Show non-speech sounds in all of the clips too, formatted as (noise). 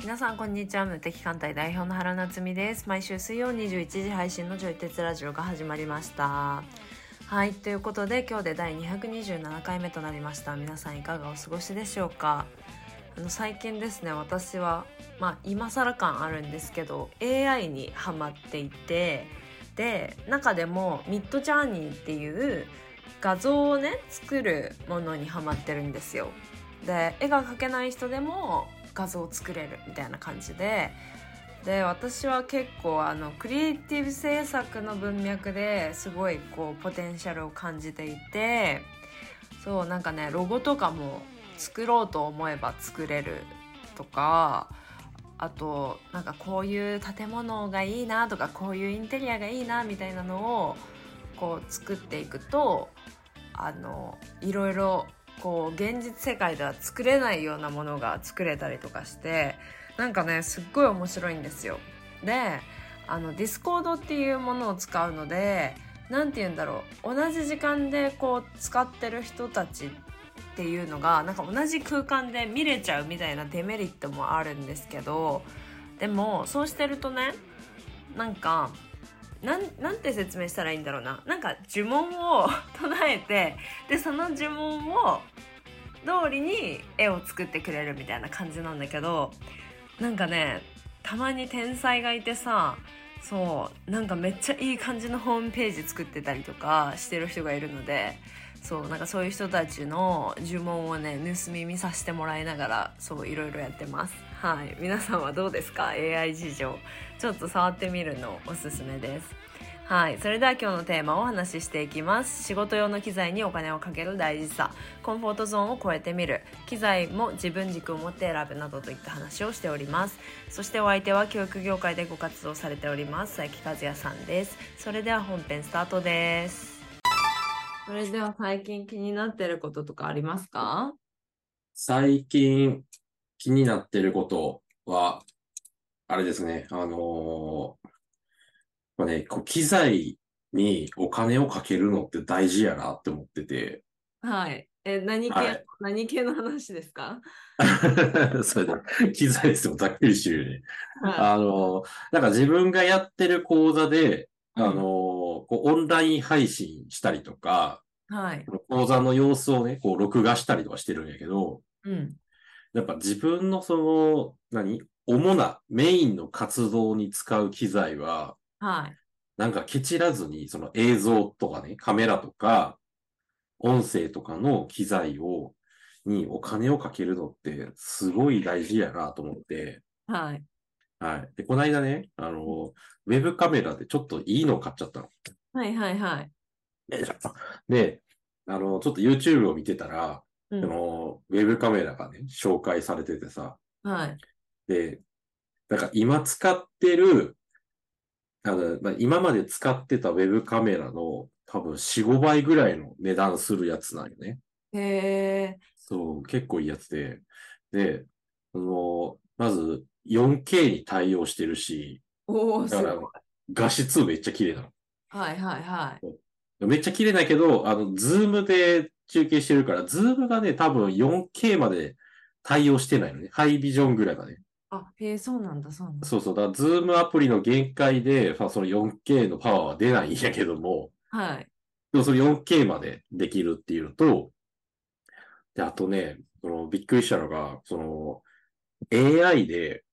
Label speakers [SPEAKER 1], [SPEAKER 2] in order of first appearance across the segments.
[SPEAKER 1] 皆さんこんにちは無敵艦隊代表の原夏実です毎週水曜21時配信の「ジョイ鉄ラジオ」が始まりましたはいということで今日で第227回目となりました皆さんいかがお過ごしでしょうかあの最近ですね私は、まあ、今更感あるんですけど AI にハマっていてで中でもミッドジャーニーっていう画像をね作るものにハマってるんですよ。で絵が描けない人でも画像を作れるみたいな感じでで私は結構あのクリエイティブ制作の文脈ですごいこうポテンシャルを感じていてそうなんかねロゴとかも作ろうと思えば作れるとかあとなんかこういう建物がいいなとかこういうインテリアがいいなみたいなのをこう作っていくとあのいろいろこう現実世界では作れないようなものが作れたりとかしてなんかねすっごい面白いんですよ。であのディスコードっていうものを使うので何て言うんだろう同じ時間でこう使ってる人たちっていうのがなんか同じ空間で見れちゃうみたいなデメリットもあるんですけどでもそうしてるとねなんかなんなんて説明したらいいんだろうななんか呪文を (laughs) 唱えてでその呪文を通りに絵を作ってくれるみたいな感じなんだけどなんかねたまに天才がいてさそうなんかめっちゃいい感じのホームページ作ってたりとかしてる人がいるのでそうなんかそういう人たちの呪文をね盗み見させてもらいながらそういろいろやってますはい皆さんはどうですか AI 事情ちょっと触ってみるのおすすめですはいそれでは今日のテーマをお話ししていきます仕事用の機材にお金をかける大事さコンフォートゾーンを超えてみる機材も自分軸を持って選ぶなどといった話をしておりますそしてお相手は教育業界でご活動されております佐伯和也さんですそれでは本編スタートですそれでは最近気になってることとかありますか
[SPEAKER 2] 最近気になってることは、あれですね、あのーまあね、こう機材にお金をかけるのって大事やなって思ってて、 (laughs)
[SPEAKER 1] はいえ何系、
[SPEAKER 2] はい
[SPEAKER 1] 何系の話ですか
[SPEAKER 2] それで、機材ですよ、ざっくりしてるよね。
[SPEAKER 1] は
[SPEAKER 2] あのーなんか自分がやってる講座で、あのーこうオンライン配信したりとか、
[SPEAKER 1] いはい
[SPEAKER 2] この講座の様子をね、こう録画したりとかしてるんやけど、
[SPEAKER 1] うん
[SPEAKER 2] やっぱ自分のその、何主なメインの活動に使う機材は、
[SPEAKER 1] はい
[SPEAKER 2] なんかケチらずに、その映像とかね、カメラとか、音声とかの機材を、にお金をかけるのって、すごい大事やなと思って、
[SPEAKER 1] はい
[SPEAKER 2] はい。で、この間ね、あの、ウェブカメラでちょっといいのを買っちゃったの。
[SPEAKER 1] はいはいはい
[SPEAKER 2] で、あの、ちょっと YouTube を見てたら、
[SPEAKER 1] う
[SPEAKER 2] そ
[SPEAKER 1] ん
[SPEAKER 2] の、ウェブカメラがね、紹介されててさ、
[SPEAKER 1] はい
[SPEAKER 2] で、なんか今使ってる、あの、まあ、今まで使ってたウェブカメラの多分4、5倍ぐらいの値段するやつなんよね。
[SPEAKER 1] へえ
[SPEAKER 2] そう、結構いいやつで。で、あの、まず 4K に対応してるし、
[SPEAKER 1] おおす
[SPEAKER 2] だから
[SPEAKER 1] ごい
[SPEAKER 2] 画質めっちゃ綺麗な
[SPEAKER 1] はいはいはい
[SPEAKER 2] の。めっちゃ綺麗だけど、あの、ズームで中継してるから、ズームがね、多分 4K まで対応してないのね。ハイビジョンぐらいまで。
[SPEAKER 1] あ、へえ、そうなんだ、そうなんだ。
[SPEAKER 2] そうそう。だから、ズームアプリの限界で、まあ、その 4K のパワーは出ないんやけども、
[SPEAKER 1] はい。
[SPEAKER 2] でもそれ 4K までできるっていうのと、で、あとね、そのびっくりしたのが、その AI で、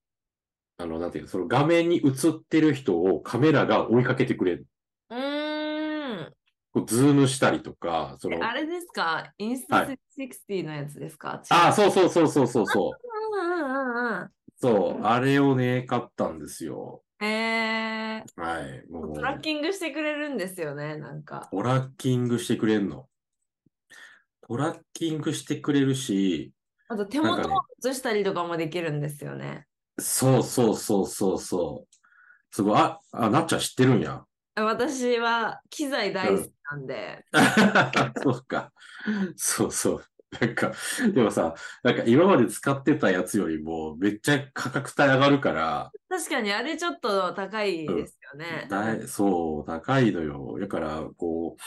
[SPEAKER 2] あの、なんていうの、その画面に映ってる人をカメラが追いかけてくれる。
[SPEAKER 1] うーん。
[SPEAKER 2] こうズームしたりとか、そ
[SPEAKER 1] え
[SPEAKER 2] の、
[SPEAKER 1] あ
[SPEAKER 2] あ
[SPEAKER 1] れですかインス
[SPEAKER 2] は
[SPEAKER 1] タ
[SPEAKER 2] い
[SPEAKER 1] 360のやつですか
[SPEAKER 2] あ、
[SPEAKER 1] 違。
[SPEAKER 2] そうそうそうそうそうそう
[SPEAKER 1] うんうんうんうん
[SPEAKER 2] う。そう、あれをね、買ったんですよ。
[SPEAKER 1] うん。え
[SPEAKER 2] はい。
[SPEAKER 1] ー、
[SPEAKER 2] もう
[SPEAKER 1] トラッキングしてくれるんですよね、なんか。
[SPEAKER 2] トラッキングしてくれんの。トラッキングしてくれるし、
[SPEAKER 1] あと手
[SPEAKER 2] なん
[SPEAKER 1] 元
[SPEAKER 2] かね
[SPEAKER 1] を映したりとかもできるんですよね。
[SPEAKER 2] そうそうそうそうそう。すごい、あ、あ、なっちゃん知ってるんや。
[SPEAKER 1] あ私は機材大好きなんで、
[SPEAKER 2] そうか。そうそう。なんか、でもさ、なんか今まで使ってたやつよりも、めっちゃ価格帯上がるから、
[SPEAKER 1] 確かにあれちょっと高いですよね。
[SPEAKER 2] だいそう、高いのよ。だから、こう、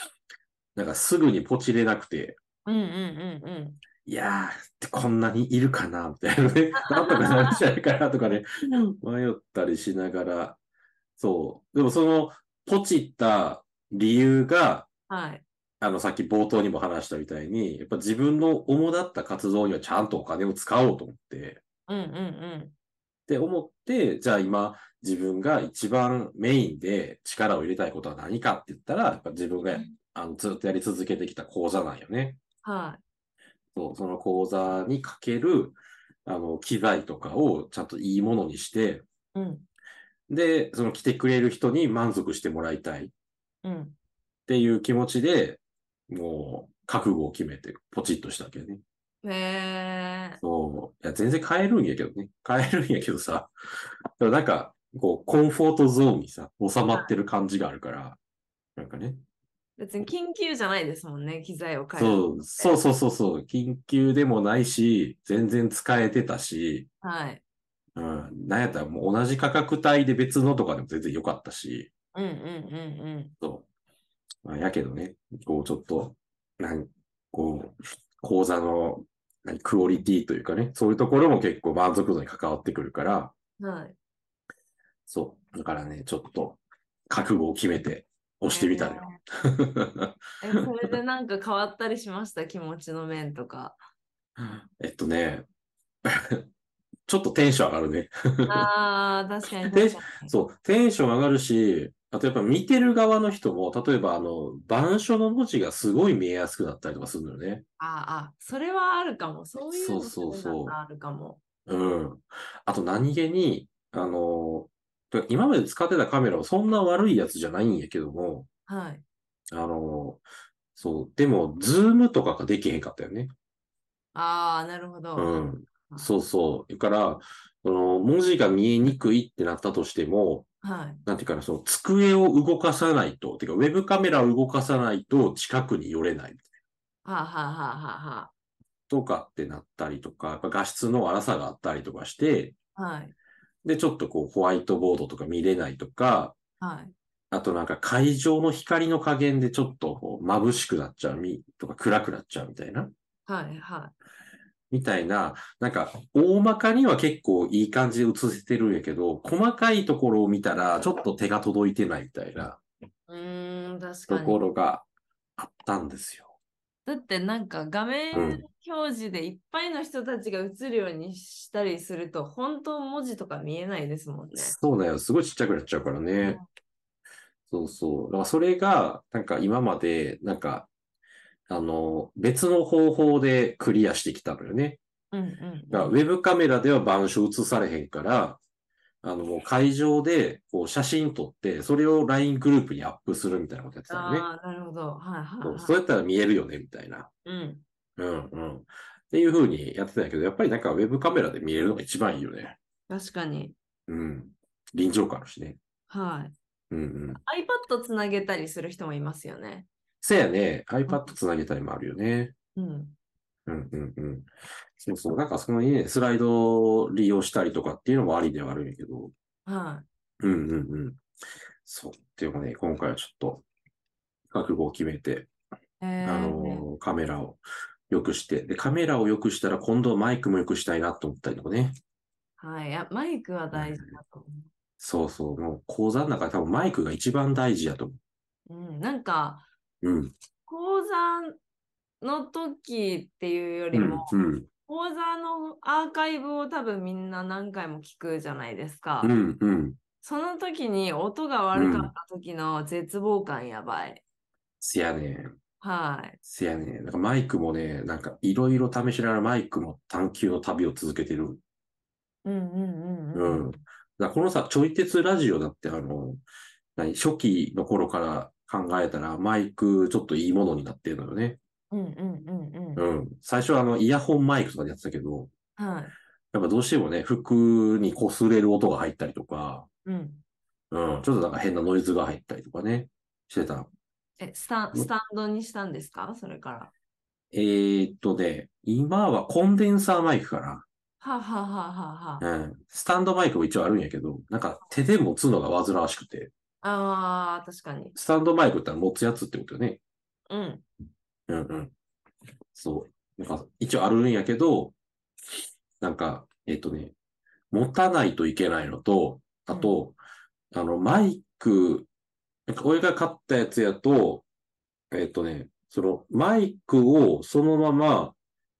[SPEAKER 2] なんかすぐにポチれなくて、
[SPEAKER 1] うんうんうんうん。
[SPEAKER 2] いやー、こんなにいるかなみたい
[SPEAKER 1] (laughs)
[SPEAKER 2] なね。なんとかなっちゃうかなとかね、迷ったりしながら。そう。でもその、ポチった理由が、
[SPEAKER 1] はい。
[SPEAKER 2] あの、さっき冒頭にも話したみたいに、やっぱ自分の主だった活動にはちゃんとお金を使おうと思って、
[SPEAKER 1] うんうんうん。
[SPEAKER 2] って思って、じゃあ今自分が一番メインで力を入れたいことは何かって言ったら、やっぱ自分が
[SPEAKER 1] うん
[SPEAKER 2] あのずっとやり続けてきた講座なんよね。
[SPEAKER 1] は
[SPEAKER 2] そう、その講座にかける、あの、機材とかをちゃんといいものにして、
[SPEAKER 1] い。うん
[SPEAKER 2] で、その来てくれる人に満足してもらいたいっ
[SPEAKER 1] うん。
[SPEAKER 2] ていう気持ちで、もう、覚悟を決めて、ポチッとしたわけどね。
[SPEAKER 1] へえ。
[SPEAKER 2] そう。いや、全然変えるんやけどね。変えるんやけどさ。でもなんか、こう、コンフォートゾーンにさ、収まってる感じがあるから、なんかね。
[SPEAKER 1] 別に緊急じゃないですもんね、機材を変える。
[SPEAKER 2] そう、そうそうそうそう。緊急でもないし、全然使えてたし、
[SPEAKER 1] はい。
[SPEAKER 2] うん。なんやったらもう同じ価格帯で別のとかでも全然良かったし、
[SPEAKER 1] うんうんうんうん。
[SPEAKER 2] そう。まあ、やけどね、こう、ちょっと、なん、こう、講座の、何、クオリティというかね、そういうところも結構満足度に関わってくるから、
[SPEAKER 1] はい。
[SPEAKER 2] そう。だからね、ちょっと、覚悟を決めて、押してみたのよ。
[SPEAKER 1] えー。えそれでなんか変わったりしま
[SPEAKER 2] (laughs)
[SPEAKER 1] した気持ちの面とか。
[SPEAKER 2] えっとね、 (laughs) ちょっとテンション上がるね。
[SPEAKER 1] ああ、確かに
[SPEAKER 2] で
[SPEAKER 1] 確かに。
[SPEAKER 2] そう、テンション上がるし、あとやっぱ見てる側の人も、例えばあの、板書の文字がすごい見えやすくなったりとかするのよね。
[SPEAKER 1] あーあ、それはあるかも。そういうの
[SPEAKER 2] そうそうそう
[SPEAKER 1] それなんかあるかも。
[SPEAKER 2] うん。あと何気に、あの、今まで使ってたカメラはそんな悪いやつじゃないんやけども、
[SPEAKER 1] はい。
[SPEAKER 2] あの、そう、でも、ズームとかができへんかったよね。
[SPEAKER 1] ああ、なるほど。
[SPEAKER 2] うん。そうそう。だから、その文字が見えにくいってなったとしても、
[SPEAKER 1] はい。
[SPEAKER 2] なんていうかな、その机を動かさないと、てか、ウェブカメラを動かさないと近くに寄れない
[SPEAKER 1] はあ、はあはあは
[SPEAKER 2] とかってなったりとか、やっぱ画質の荒さがあったりとかして、
[SPEAKER 1] あはあ。はい。
[SPEAKER 2] で、ちょっとこう、ホワイトボードとか見れないとか、
[SPEAKER 1] はい。
[SPEAKER 2] あとなんか会場の光の加減でちょっとこう眩しくなっちゃうみ、とか暗くなっちゃうみたいな、
[SPEAKER 1] はい。は。
[SPEAKER 2] みたいな、なんか、大まかには結構いい感じで映せてるんやけど、細かいところを見たら、ちょっと手が届いてないみたいない
[SPEAKER 1] うーん、確
[SPEAKER 2] と
[SPEAKER 1] か
[SPEAKER 2] こ
[SPEAKER 1] に。
[SPEAKER 2] ろがあったんですよ。
[SPEAKER 1] だってなんか画面表示でいっぱいの人たちが映るようにしたりすると、本当文字とか見えないですもんね。
[SPEAKER 2] そうだよ。すごいちっちゃくなっちゃうからね。そうそう。だからそれが、なんか今まで、なんか、あの、別の方法でクリアしてきたのよね。
[SPEAKER 1] うんうん
[SPEAKER 2] だからウェブカメラでは板書映されへんから、あの、もう会場でこう写真撮って、それを LINE グループにアップするみたいなことやってたよね。
[SPEAKER 1] ああ、なるほど。はいはい、
[SPEAKER 2] そ
[SPEAKER 1] は
[SPEAKER 2] う
[SPEAKER 1] い。
[SPEAKER 2] そうやったら見えるよね、みたいな。
[SPEAKER 1] うん。
[SPEAKER 2] うんうん。っていう風にやってたんやけど、やっぱりなんかウェブカメラで見えるのが一番いいよね。
[SPEAKER 1] 確かに。
[SPEAKER 2] うん。臨場感あるしね。
[SPEAKER 1] はい。
[SPEAKER 2] うんうん。
[SPEAKER 1] iPad つなげたりする人もいますよね。
[SPEAKER 2] せやね、iPad つなげたりもあるよね。
[SPEAKER 1] うん。
[SPEAKER 2] うんうんうん。そうそう。なんかそのね、スライドを利用したりとかっていうのもありではあるんやけど。
[SPEAKER 1] はい。
[SPEAKER 2] うんうんうん。そう。っていうかね、今回はちょっと、覚悟を決めて、
[SPEAKER 1] え
[SPEAKER 2] あ
[SPEAKER 1] ー、
[SPEAKER 2] のーカメラを良くして、で、カメラを良くしたら今度はマイクも良くしたいなと思ったりとかね。
[SPEAKER 1] はい。いや、マイクは大事だと思
[SPEAKER 2] そうそう。もう講座の中で多分マイクが一番大事やと思
[SPEAKER 1] う。うん。なんか、
[SPEAKER 2] う。うん。
[SPEAKER 1] 講座の時っていうよりも、
[SPEAKER 2] うん。うん。
[SPEAKER 1] 講座のアーカイブを多分みんな何回も聞くじゃないですか。
[SPEAKER 2] うん。うん。
[SPEAKER 1] その時に音が悪かった時の絶望感やばい。
[SPEAKER 2] せやねん。
[SPEAKER 1] はい。
[SPEAKER 2] せやねん。なんかマイクもね、なんかいろいろ試しながらマイクも探求の旅を続けてる。
[SPEAKER 1] うんうんうん
[SPEAKER 2] う
[SPEAKER 1] うん。
[SPEAKER 2] ん。だからこのさ、ちょい鉄ラジオだって、あの、何、初期の頃から考えたら、マイクちょっといいものになってるのよね。
[SPEAKER 1] うんうんうんう。
[SPEAKER 2] うんん。最初はあの、イヤホンマイクとかでやってたけど、
[SPEAKER 1] はい。
[SPEAKER 2] やっぱどうしてもね、服に擦れる音が入ったりとか、
[SPEAKER 1] うん。
[SPEAKER 2] うん、ちょっとなんか変なノイズが入ったりとかね、してた。
[SPEAKER 1] え、スタン、スタンドにしたんですかそれから。
[SPEAKER 2] えーっとね、今はコンデンサーマイクか
[SPEAKER 1] はあ、はあはあはあはあ、
[SPEAKER 2] な。うん。スタンドマイクも一応あるんやけど、なんか手で持つのが煩わしくて、
[SPEAKER 1] ああ、確かに。
[SPEAKER 2] スタンドマイクってのは持つやつってことよね。
[SPEAKER 1] うん。
[SPEAKER 2] うんうん。そう。なんか、一応あるんやけど、なんか、えっとね、持たないといけないのと、あと、あの、マイク、なんか俺が買ったやつやと、えっとね、そのマイクをそのまま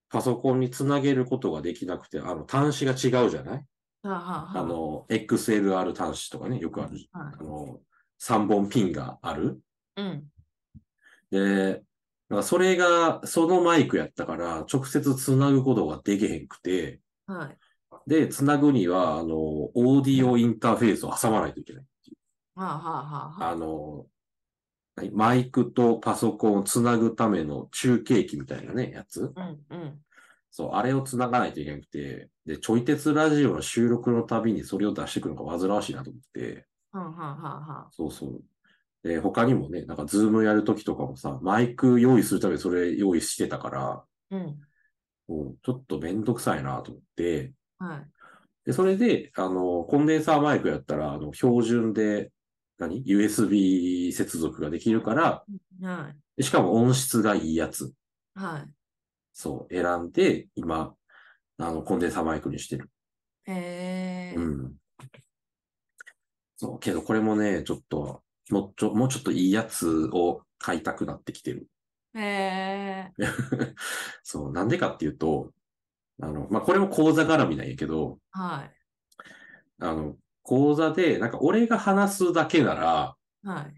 [SPEAKER 2] パソコンにつなげることができなくて、あの、端子が違うじゃない
[SPEAKER 1] はあ、はあ、は
[SPEAKER 2] あの、XLR 端子とかね、よくある。
[SPEAKER 1] は
[SPEAKER 2] あの、3本ピンがある。
[SPEAKER 1] い。うん。
[SPEAKER 2] で、なんかそれが、そのマイクやったから、直接つなぐことができへんくて、
[SPEAKER 1] はい。
[SPEAKER 2] で、つなぐには、あの、オーディオインターフェースを挟まないといけない。
[SPEAKER 1] はあ、はあ、はあ、は
[SPEAKER 2] あの、はいマイクとパソコンをつなぐための中継機みたいなね、やつ。
[SPEAKER 1] あ。うん、うん。
[SPEAKER 2] そう、あれをつながないといけなくて、で、ちょい鉄ラジオの収録のたびにそれを出してくるのが煩わしいなと思って、
[SPEAKER 1] はあ、はあ、は
[SPEAKER 2] そうそう。で、他にもね、なんかズームやるときとかもさ、マイク用意するためにそれ用意してたから、
[SPEAKER 1] あ。うん。
[SPEAKER 2] もうちょっとめんどくさいなと思って、
[SPEAKER 1] はい。
[SPEAKER 2] で、それで、あの、コンデンサーマイクやったら、あの、標準で、何 ?USB 接続ができるから、
[SPEAKER 1] は
[SPEAKER 2] でしかも音質がいいやつ、
[SPEAKER 1] い。はい。
[SPEAKER 2] そう、選んで、今、あの、コンデンサーマイクにしてる。
[SPEAKER 1] へえ。
[SPEAKER 2] うん。そう、けどこれもね、ちょっと、もうちょ、もうちょっといいやつを買いたくなってきてる。
[SPEAKER 1] へえ。
[SPEAKER 2] そう、なんでかっていうと、あの、まあ、これも講座絡みなんやけど、
[SPEAKER 1] は
[SPEAKER 2] あの、講座で、なんか俺が話すだけなら、
[SPEAKER 1] い。はい。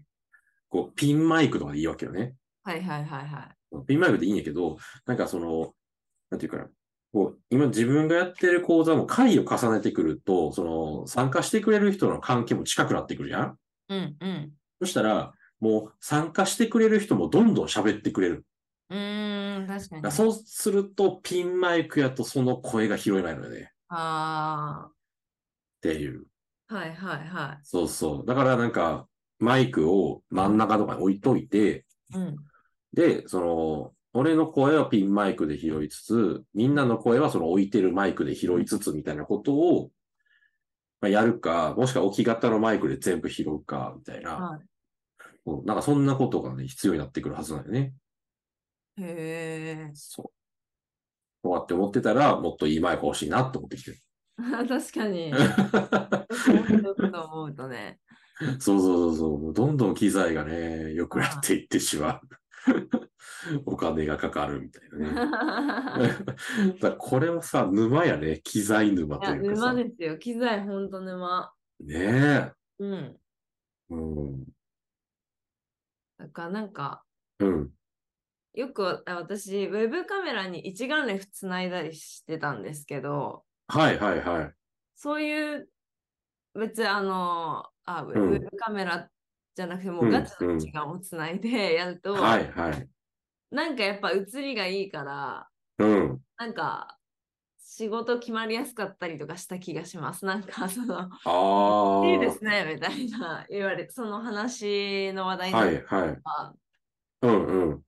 [SPEAKER 2] こう、ピンマイクとかでいいわけよね。
[SPEAKER 1] はい、はい、はい、はい。
[SPEAKER 2] ピンマイクでいいんやけど、なんかその、なんていうかな。こう、今自分がやってる講座も回を重ねてくると、その、参加してくれる人の関係も近くなってくるやん。
[SPEAKER 1] うん、うん。
[SPEAKER 2] そしたら、もう参加してくれる人もどんどん喋ってくれる。
[SPEAKER 1] うーん、確か
[SPEAKER 2] だ
[SPEAKER 1] に。
[SPEAKER 2] からそうすると、ピンマイクやとその声が拾えないのよね。っ
[SPEAKER 1] あ
[SPEAKER 2] ていう。
[SPEAKER 1] あ。はい、はい、は
[SPEAKER 2] そうそう。だからなんか、マイクを真ん中とかに置いといて、
[SPEAKER 1] い。うん。
[SPEAKER 2] で、その、俺の声はピンマイクで拾いつつ、みんなの声はその置いてるマイクで拾いつつみたいなことを、まあ、やるか、もしくは置き型のマイクで全部拾うか、みたいな。
[SPEAKER 1] は
[SPEAKER 2] うんなんかそんなことがね、必要になってくるはずなんよね。
[SPEAKER 1] い。へえ。
[SPEAKER 2] そう。とかって思ってたら、もっといいマイク欲しいなって思ってきてる。 (laughs)
[SPEAKER 1] (laughs) 確かに。そういうこと思うとね。
[SPEAKER 2] そうそうそうそう。もうどんどん機材がね、良くなっていってしまう。 (laughs) お金がかかるみたい
[SPEAKER 1] (laughs)
[SPEAKER 2] (laughs) なね。だからこれもさ、沼やね。機材沼
[SPEAKER 1] い
[SPEAKER 2] と
[SPEAKER 1] や、
[SPEAKER 2] いうかさ。
[SPEAKER 1] 沼
[SPEAKER 2] ね
[SPEAKER 1] ですよ。機材ほんと沼。
[SPEAKER 2] え。
[SPEAKER 1] うん。
[SPEAKER 2] うん。
[SPEAKER 1] だからなんか、
[SPEAKER 2] うん。
[SPEAKER 1] よくあ私、ウェブカメラに一眼レフつないだりしてたんですけど、
[SPEAKER 2] はいはいはい。
[SPEAKER 1] そういう、別にあの、あウェ
[SPEAKER 2] うん
[SPEAKER 1] ウェブカメラじゃなくて、も
[SPEAKER 2] う
[SPEAKER 1] うんガチの一眼をつないでやると、
[SPEAKER 2] はいはい。
[SPEAKER 1] なんかやっぱ映りがいいから、
[SPEAKER 2] うん。
[SPEAKER 1] なんか仕事決まりやすかったりとかした気がします。なんかその、
[SPEAKER 2] ああ。
[SPEAKER 1] いいですねみたいな言われその話の話題にな
[SPEAKER 2] は
[SPEAKER 1] っ
[SPEAKER 2] いはい。
[SPEAKER 1] た、
[SPEAKER 2] うんうん。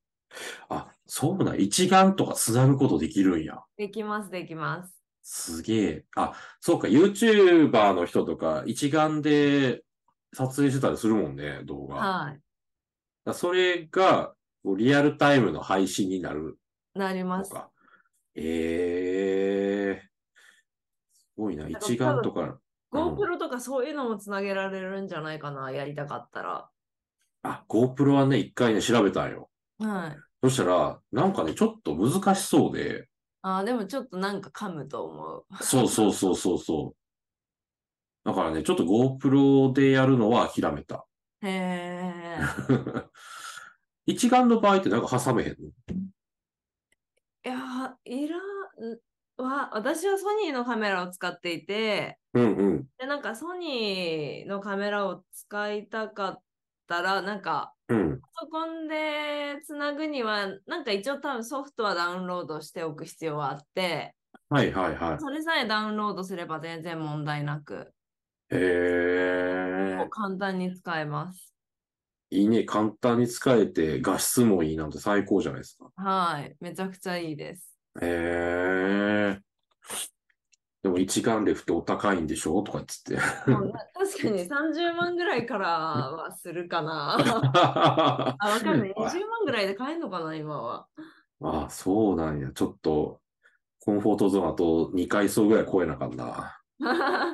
[SPEAKER 2] あ、そうなん。一眼とか繋ぐことできるんや。
[SPEAKER 1] できますできます。
[SPEAKER 2] すげえ。あ、そうか。YouTuber の人とか、一眼で撮影してたりするもんね、動画。だか
[SPEAKER 1] は
[SPEAKER 2] らそれが、こうリアルタイムの配信になる
[SPEAKER 1] い、なりま
[SPEAKER 2] の
[SPEAKER 1] す。
[SPEAKER 2] か。ええすごいな。
[SPEAKER 1] なんか
[SPEAKER 2] 一眼とか。うん
[SPEAKER 1] GoPro とかそういうのもつなげられるんじゃないかな、やりたかったら。
[SPEAKER 2] あ、GoPro はね、一回ね、調べたんよ。
[SPEAKER 1] はい。
[SPEAKER 2] そしたら、なんかね、ちょっと難しそうで、
[SPEAKER 1] あーでもちょっとなんか噛むと思う。
[SPEAKER 2] そうそうそうそうそう。だからね、ちょっと GoPro でやるのは諦めた。 (laughs)
[SPEAKER 1] へえ。
[SPEAKER 2] 一眼の場合ってなんか挟めへんの
[SPEAKER 1] いやー、いらんは、私はソニーのカメラを使っていて、
[SPEAKER 2] うんうん。
[SPEAKER 1] で、なんかソニーのカメラを使いたかったら、なんか、
[SPEAKER 2] うん。
[SPEAKER 1] パソコンでつなぐには、なんか一応多分ソフトはダウンロードしておく必要はあって、
[SPEAKER 2] はいはいはい。
[SPEAKER 1] それさえダウンロードすれば全然問題なく、
[SPEAKER 2] へえ
[SPEAKER 1] もう。簡単に使えます。
[SPEAKER 2] いいね。簡単に使えて、画質もいいなんて最高じゃないですか。
[SPEAKER 1] はい。めちゃくちゃいいです。
[SPEAKER 2] へえでも一眼レフってお高いんでしょとかっつって。 (laughs)
[SPEAKER 1] もうな確かに30万ぐらいからはするかな。
[SPEAKER 2] あ
[SPEAKER 1] あ、わかんない。20万ぐらいで買えるのかな、今
[SPEAKER 2] (laughs)
[SPEAKER 1] は。
[SPEAKER 2] あ、そうなんや。ちょっと、コンフォートゾーンあと2階層ぐらい超えなあかんな。
[SPEAKER 1] な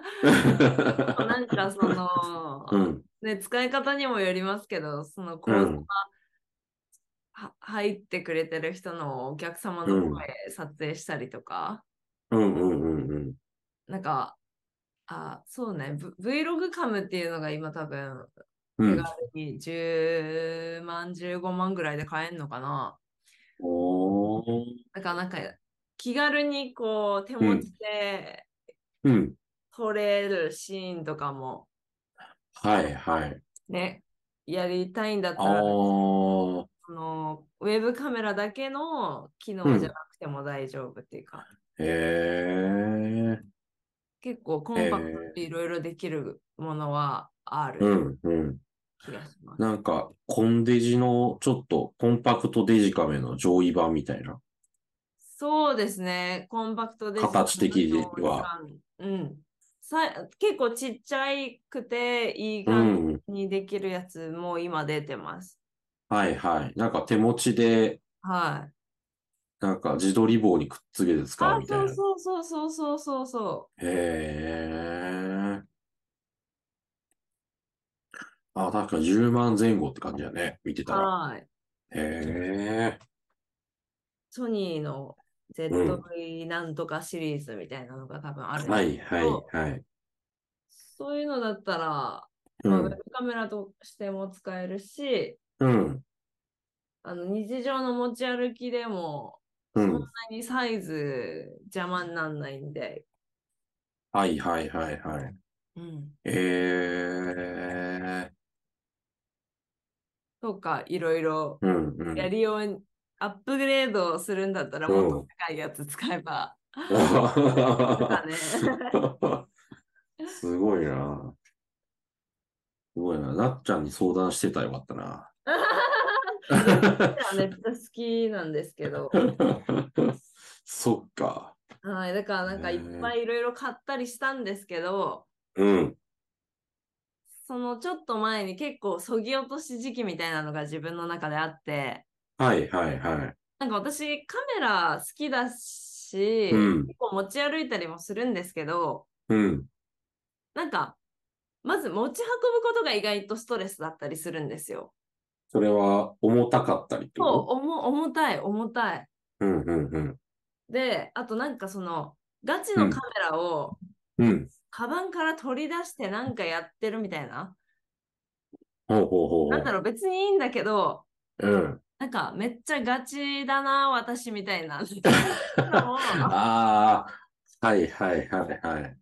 [SPEAKER 1] んかその、
[SPEAKER 2] うん。
[SPEAKER 1] ね、使い方にもよりますけど、その講
[SPEAKER 2] う
[SPEAKER 1] 座
[SPEAKER 2] ん。
[SPEAKER 1] は入ってくれてる人のお客様の声撮影したりとか、
[SPEAKER 2] うんうんうんうん。
[SPEAKER 1] なんか、あ、そうね、v、Vlog カムっていうのが今多分、
[SPEAKER 2] う
[SPEAKER 1] 手
[SPEAKER 2] ん
[SPEAKER 1] 軽。に10万、15万ぐらいで買えるのかな。
[SPEAKER 2] おー。
[SPEAKER 1] だからなんか、気軽にこう手持ちで
[SPEAKER 2] うん。
[SPEAKER 1] 撮れるシーンとかも
[SPEAKER 2] はいはい。
[SPEAKER 1] ね、やりたいんだった
[SPEAKER 2] あ
[SPEAKER 1] ら、
[SPEAKER 2] ー。
[SPEAKER 1] そのウェブカメラだけの機能じゃなくても大丈夫っていうか、
[SPEAKER 2] へえ。
[SPEAKER 1] 結構コンパクトでいろいろできるものはあ
[SPEAKER 2] う
[SPEAKER 1] る
[SPEAKER 2] んうん。
[SPEAKER 1] 気がします。
[SPEAKER 2] なんか、コンデジの、ちょっと、コンパクトデジカメの上位版みたいな。
[SPEAKER 1] そうですね、コンパクトで。
[SPEAKER 2] 形的には。
[SPEAKER 1] うんさ結構ちっちゃくていいう感
[SPEAKER 2] ん。
[SPEAKER 1] じにできるやつも今出てます。
[SPEAKER 2] はいはい。なんか手持ちで、
[SPEAKER 1] はい。
[SPEAKER 2] なんか自撮り棒にくっつけて使う
[SPEAKER 1] あ
[SPEAKER 2] み、た
[SPEAKER 1] そう
[SPEAKER 2] いな。へ
[SPEAKER 1] そうそうそうそうそうそ
[SPEAKER 2] え。あ、確か10万前後って感じだね。見て
[SPEAKER 1] う。
[SPEAKER 2] たら。
[SPEAKER 1] はい。
[SPEAKER 2] へえ。
[SPEAKER 1] ソニーの ZV なんとかシリーズみたいなのが多分あるんですけど
[SPEAKER 2] はいはいはい。
[SPEAKER 1] そういうのだったら、
[SPEAKER 2] う
[SPEAKER 1] まあウェ
[SPEAKER 2] ん。
[SPEAKER 1] ブカメラとしても使えるし、
[SPEAKER 2] うん。
[SPEAKER 1] あの日常の持ち歩きでも、
[SPEAKER 2] う
[SPEAKER 1] そん
[SPEAKER 2] ん。
[SPEAKER 1] なにサイズ邪魔にならないんで、
[SPEAKER 2] はいはいはいはい。
[SPEAKER 1] うん、
[SPEAKER 2] ええ。
[SPEAKER 1] とかいろいろ
[SPEAKER 2] うんうん。 (laughs)
[SPEAKER 1] やりように、アップグレードするんだったら
[SPEAKER 2] うん
[SPEAKER 1] もっと高いやつ使え
[SPEAKER 2] (laughs)
[SPEAKER 1] ば、だね
[SPEAKER 2] すごいな。すごいな。なっちゃんに相談してたらよかっ
[SPEAKER 1] (laughs)
[SPEAKER 2] たな。
[SPEAKER 1] めっちゃ好きなんですけ
[SPEAKER 2] (laughs)
[SPEAKER 1] ど、
[SPEAKER 2] そっか。
[SPEAKER 1] はい、だからなんかいっぱいいろいろ買ったりしたんですけど、
[SPEAKER 2] うん。
[SPEAKER 1] そのちょっと前に結構そぎ落とし時期みたいなのが自分の中であって、
[SPEAKER 2] はいはいは
[SPEAKER 1] なんか私カメラ好きだし、
[SPEAKER 2] うん
[SPEAKER 1] 結構持ち歩いたりもするんですけど
[SPEAKER 2] い。うん。
[SPEAKER 1] なんかまず持ち運ぶことが意外とストレスだったりするんですよ。
[SPEAKER 2] それは重たかったりって
[SPEAKER 1] そう
[SPEAKER 2] こ
[SPEAKER 1] 重重たい重たい。
[SPEAKER 2] とうんうん
[SPEAKER 1] であとなんかそのガチのカメラを
[SPEAKER 2] うん。うん。
[SPEAKER 1] カバンから取り出してなんかやってるみたいな。
[SPEAKER 2] ほうほうほうほ
[SPEAKER 1] なんだろう別にいいんだけど
[SPEAKER 2] う。うん。
[SPEAKER 1] なんかめっちゃガチだな私みたい
[SPEAKER 2] (laughs)
[SPEAKER 1] な。 (laughs)
[SPEAKER 2] ああ。はいはいはいはい。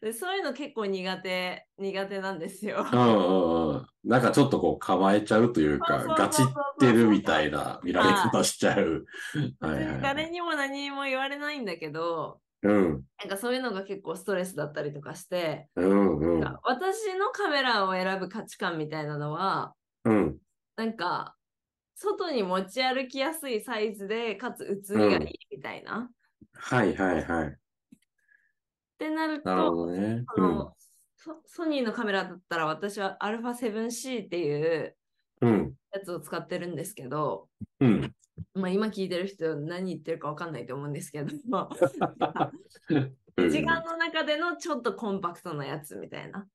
[SPEAKER 1] でそういうの結構苦手苦手なんです
[SPEAKER 2] (laughs)
[SPEAKER 1] よ。
[SPEAKER 2] うんうんうん。なんかちょっとこう構えちゃうというか、ガチってるみたいな見られ方しちゃう。はいはいはい。
[SPEAKER 1] 誰にも何も言われないんだけど、
[SPEAKER 2] うん。
[SPEAKER 1] なんかそういうのが結構ストレスだったりとかして、
[SPEAKER 2] うんうん。
[SPEAKER 1] なんか私のカメラを選ぶ価値観みたいなのは、
[SPEAKER 2] うん。
[SPEAKER 1] なんか、外に持ち歩きやすいサイズで、かつ写りがいいみたいな。っ
[SPEAKER 2] はいはいはい。
[SPEAKER 1] てなると、
[SPEAKER 2] なるほどね。
[SPEAKER 1] そのソソニーのカメラだったら私は α7C っていう
[SPEAKER 2] うん。うん。
[SPEAKER 1] やつを使ってるんですけど、
[SPEAKER 2] うん。
[SPEAKER 1] まあ今聞いてる人何言ってるかわかんないと思うんですけど、
[SPEAKER 2] うん
[SPEAKER 1] 時間の中でのちょっとコンパクトなやつみたいな。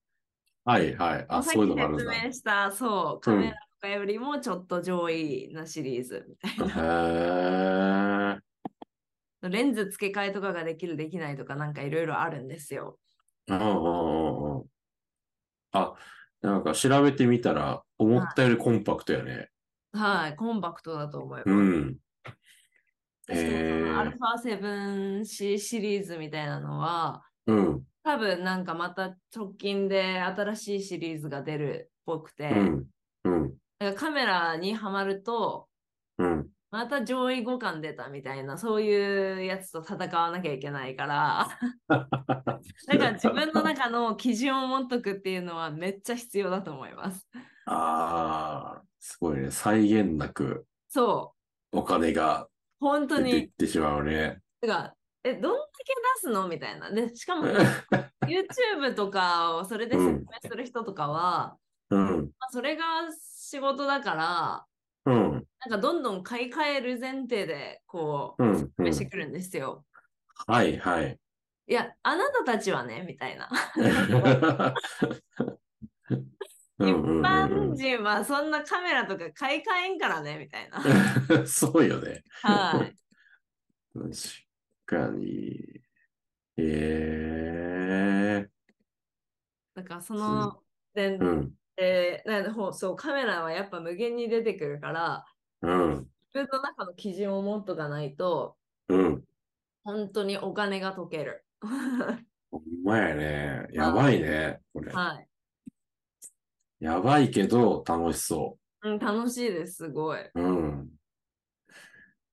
[SPEAKER 2] はいはい。あ、
[SPEAKER 1] さ
[SPEAKER 2] そういうのがある
[SPEAKER 1] っき
[SPEAKER 2] んだ。
[SPEAKER 1] 説明した、そう、カメラとかよりもちょっと上位なシリーズみたい
[SPEAKER 2] へえ。
[SPEAKER 1] な。レンズ付け替えとかができる、できないとかなんかいろいろあるんですよ。
[SPEAKER 2] うんうんうんうん。あ、なんか調べてみたら、思ったよりコンパクトやね。
[SPEAKER 1] はい、コンパクトだと思います。
[SPEAKER 2] うん。
[SPEAKER 1] しか
[SPEAKER 2] へー
[SPEAKER 1] もその α7C シリーズみたいなのは、
[SPEAKER 2] うん。
[SPEAKER 1] 多分なんかまた直近で新しいシリーズが出るっぽくて、
[SPEAKER 2] うん。うん。
[SPEAKER 1] だからカメラにはまると、
[SPEAKER 2] うん。
[SPEAKER 1] また上位互換出たみたいな、そういうやつと戦わなきゃいけないから。
[SPEAKER 2] (laughs)
[SPEAKER 1] だから自分の中の基準を持っとくっていうのはめっちゃ必要だと思います。
[SPEAKER 2] ああ、ごいね。再現なく
[SPEAKER 1] そう。
[SPEAKER 2] お金が
[SPEAKER 1] 本当
[SPEAKER 2] 出ていっ
[SPEAKER 1] に。
[SPEAKER 2] てしまうね。 (laughs)
[SPEAKER 1] てか、え、どんだけ出すのみたいな。で、しか
[SPEAKER 2] (laughs)
[SPEAKER 1] も YouTube とかをそれで説明する人とかは、
[SPEAKER 2] うん。
[SPEAKER 1] まあそれが仕事だから、
[SPEAKER 2] うん。
[SPEAKER 1] なんかどんどん買い替える前提で、こ
[SPEAKER 2] う
[SPEAKER 1] う、
[SPEAKER 2] ん。う
[SPEAKER 1] 説明して
[SPEAKER 2] ん。
[SPEAKER 1] くるんですよ。
[SPEAKER 2] はい、
[SPEAKER 1] (laughs)
[SPEAKER 2] はい。 (laughs)
[SPEAKER 1] いや、あなたたちはね、みたいな。
[SPEAKER 2] う
[SPEAKER 1] 一
[SPEAKER 2] んうんうん
[SPEAKER 1] 般人はそんなカメラとか買い替えんからね、みたいな。
[SPEAKER 2] うん。 (laughs) そうよね。
[SPEAKER 1] (laughs) はい。
[SPEAKER 2] 確かに。ええ
[SPEAKER 1] だからその点
[SPEAKER 2] うん。
[SPEAKER 1] で、なんでほうそう、カメラはやっぱ無限に出てくるから、
[SPEAKER 2] うん。
[SPEAKER 1] 自分の中の基準を持っとかないと、
[SPEAKER 2] うん。
[SPEAKER 1] 本当にお金が溶ける。
[SPEAKER 2] ほんまやね。やばいね。これ。
[SPEAKER 1] はい。
[SPEAKER 2] やばいけど、楽しそ
[SPEAKER 1] うん、楽しいです、すごい。
[SPEAKER 2] う。うん。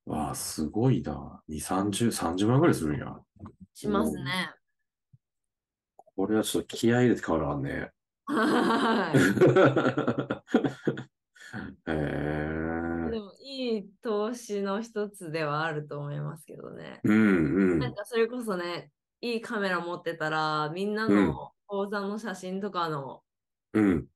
[SPEAKER 2] わあ、すごいな。2、30、30万ぐらいするんや。
[SPEAKER 1] しますね。
[SPEAKER 2] これはちょっと気合い入れて変わらんね。 (laughs)
[SPEAKER 1] (laughs) はい。
[SPEAKER 2] へえ
[SPEAKER 1] でも、いい投資の一つではあると思いますけどね。
[SPEAKER 2] うんう
[SPEAKER 1] なん
[SPEAKER 2] ん。
[SPEAKER 1] かそれこそね、いいカメラ持ってたら、みんな
[SPEAKER 2] うん
[SPEAKER 1] の講座の写真とかの
[SPEAKER 2] うん。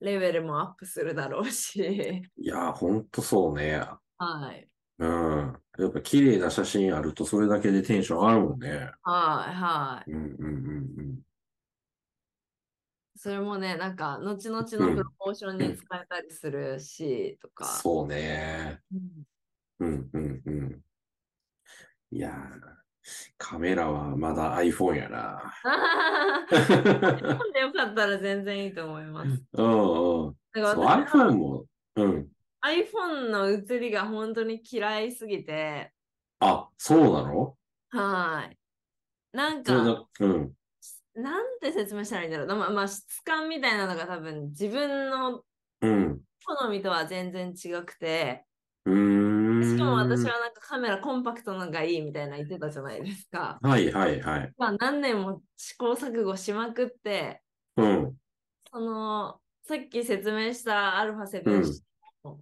[SPEAKER 1] レベルもアップするだろうし、
[SPEAKER 2] いやー、ほんとそうね。
[SPEAKER 1] はい、
[SPEAKER 2] うん。やっぱ綺麗な写真あるとそれだけでテンション上がるもんね。
[SPEAKER 1] はい、はい。
[SPEAKER 2] うんうんうん
[SPEAKER 1] それもね、なんか、後々のプ
[SPEAKER 2] うん
[SPEAKER 1] ロモーションに使えたりするし、と
[SPEAKER 2] うん。
[SPEAKER 1] か。
[SPEAKER 2] そうね。
[SPEAKER 1] うん
[SPEAKER 2] うんうんうん。いやー、カメラはまだ iPhone やな。 (laughs)
[SPEAKER 1] 日本でよかったら全然いいと思い (laughs) ます。
[SPEAKER 2] うんうん。
[SPEAKER 1] だ
[SPEAKER 2] そ
[SPEAKER 1] か
[SPEAKER 2] う、
[SPEAKER 1] ら私は
[SPEAKER 2] iPhone も、うん。
[SPEAKER 1] iPhone の写りが本当に嫌いすぎて、
[SPEAKER 2] あ、そうなの
[SPEAKER 1] はい。なん
[SPEAKER 2] それ
[SPEAKER 1] か、
[SPEAKER 2] な、うん。
[SPEAKER 1] なんて説明したらいいんだろう。まあ、まあ、質感みたいなのが多分自分の
[SPEAKER 2] うん。
[SPEAKER 1] 好みとは全然違くて、
[SPEAKER 2] うーん。
[SPEAKER 1] しかも私はなんかカメラコンパクトのがいいみたいな言ってたじゃないですか。
[SPEAKER 2] はいはいはい。
[SPEAKER 1] まあ、何年も試行錯誤しまくって、
[SPEAKER 2] うん。
[SPEAKER 1] その、さっき説明したアルファ7も、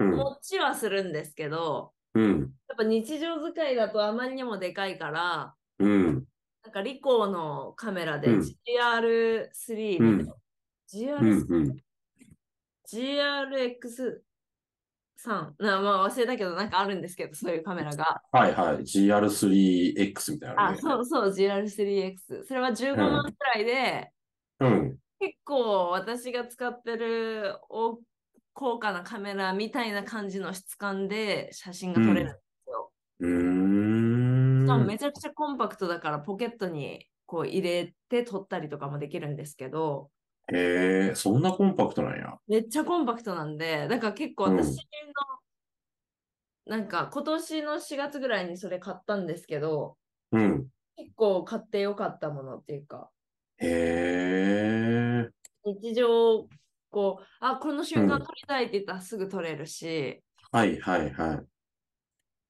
[SPEAKER 2] うん。
[SPEAKER 1] 持ちはするんですけど、
[SPEAKER 2] うん。
[SPEAKER 1] やっぱ日常使いだとあまりにもでかいから、
[SPEAKER 2] うん。
[SPEAKER 1] なんかリコーのカメラで
[SPEAKER 2] うん
[SPEAKER 1] GR3 みたいな、
[SPEAKER 2] うん。
[SPEAKER 1] GR3
[SPEAKER 2] うん。
[SPEAKER 1] GRX3 なまあ忘れたけどなんかあるんですけどそういうカメラが
[SPEAKER 2] はいはい。GR3X みたいな
[SPEAKER 1] あ
[SPEAKER 2] ね。
[SPEAKER 1] そうそう GR3X それは15万くらいで、
[SPEAKER 2] うん。
[SPEAKER 1] 結構私が使ってるお高価なカメラみたいな感じの質感で写真が撮れるんですよ、
[SPEAKER 2] うー
[SPEAKER 1] しかも
[SPEAKER 2] ん。
[SPEAKER 1] めちゃくちゃコンパクトだからポケットにこう入れて撮ったりとかもできるんですけど
[SPEAKER 2] えー、そんなコンパクトなんや。
[SPEAKER 1] めっちゃコンパクトなんで、だから結構
[SPEAKER 2] うん
[SPEAKER 1] 私の、なんか今年の4月ぐらいにそれ買ったんですけど、
[SPEAKER 2] うん。
[SPEAKER 1] 結構買ってよかったものっていうか、
[SPEAKER 2] へえ。
[SPEAKER 1] 日常、こう、あ、この瞬
[SPEAKER 2] う
[SPEAKER 1] 間
[SPEAKER 2] ん
[SPEAKER 1] 撮りたいって言ったらすぐ撮れるし、
[SPEAKER 2] はいはいはい。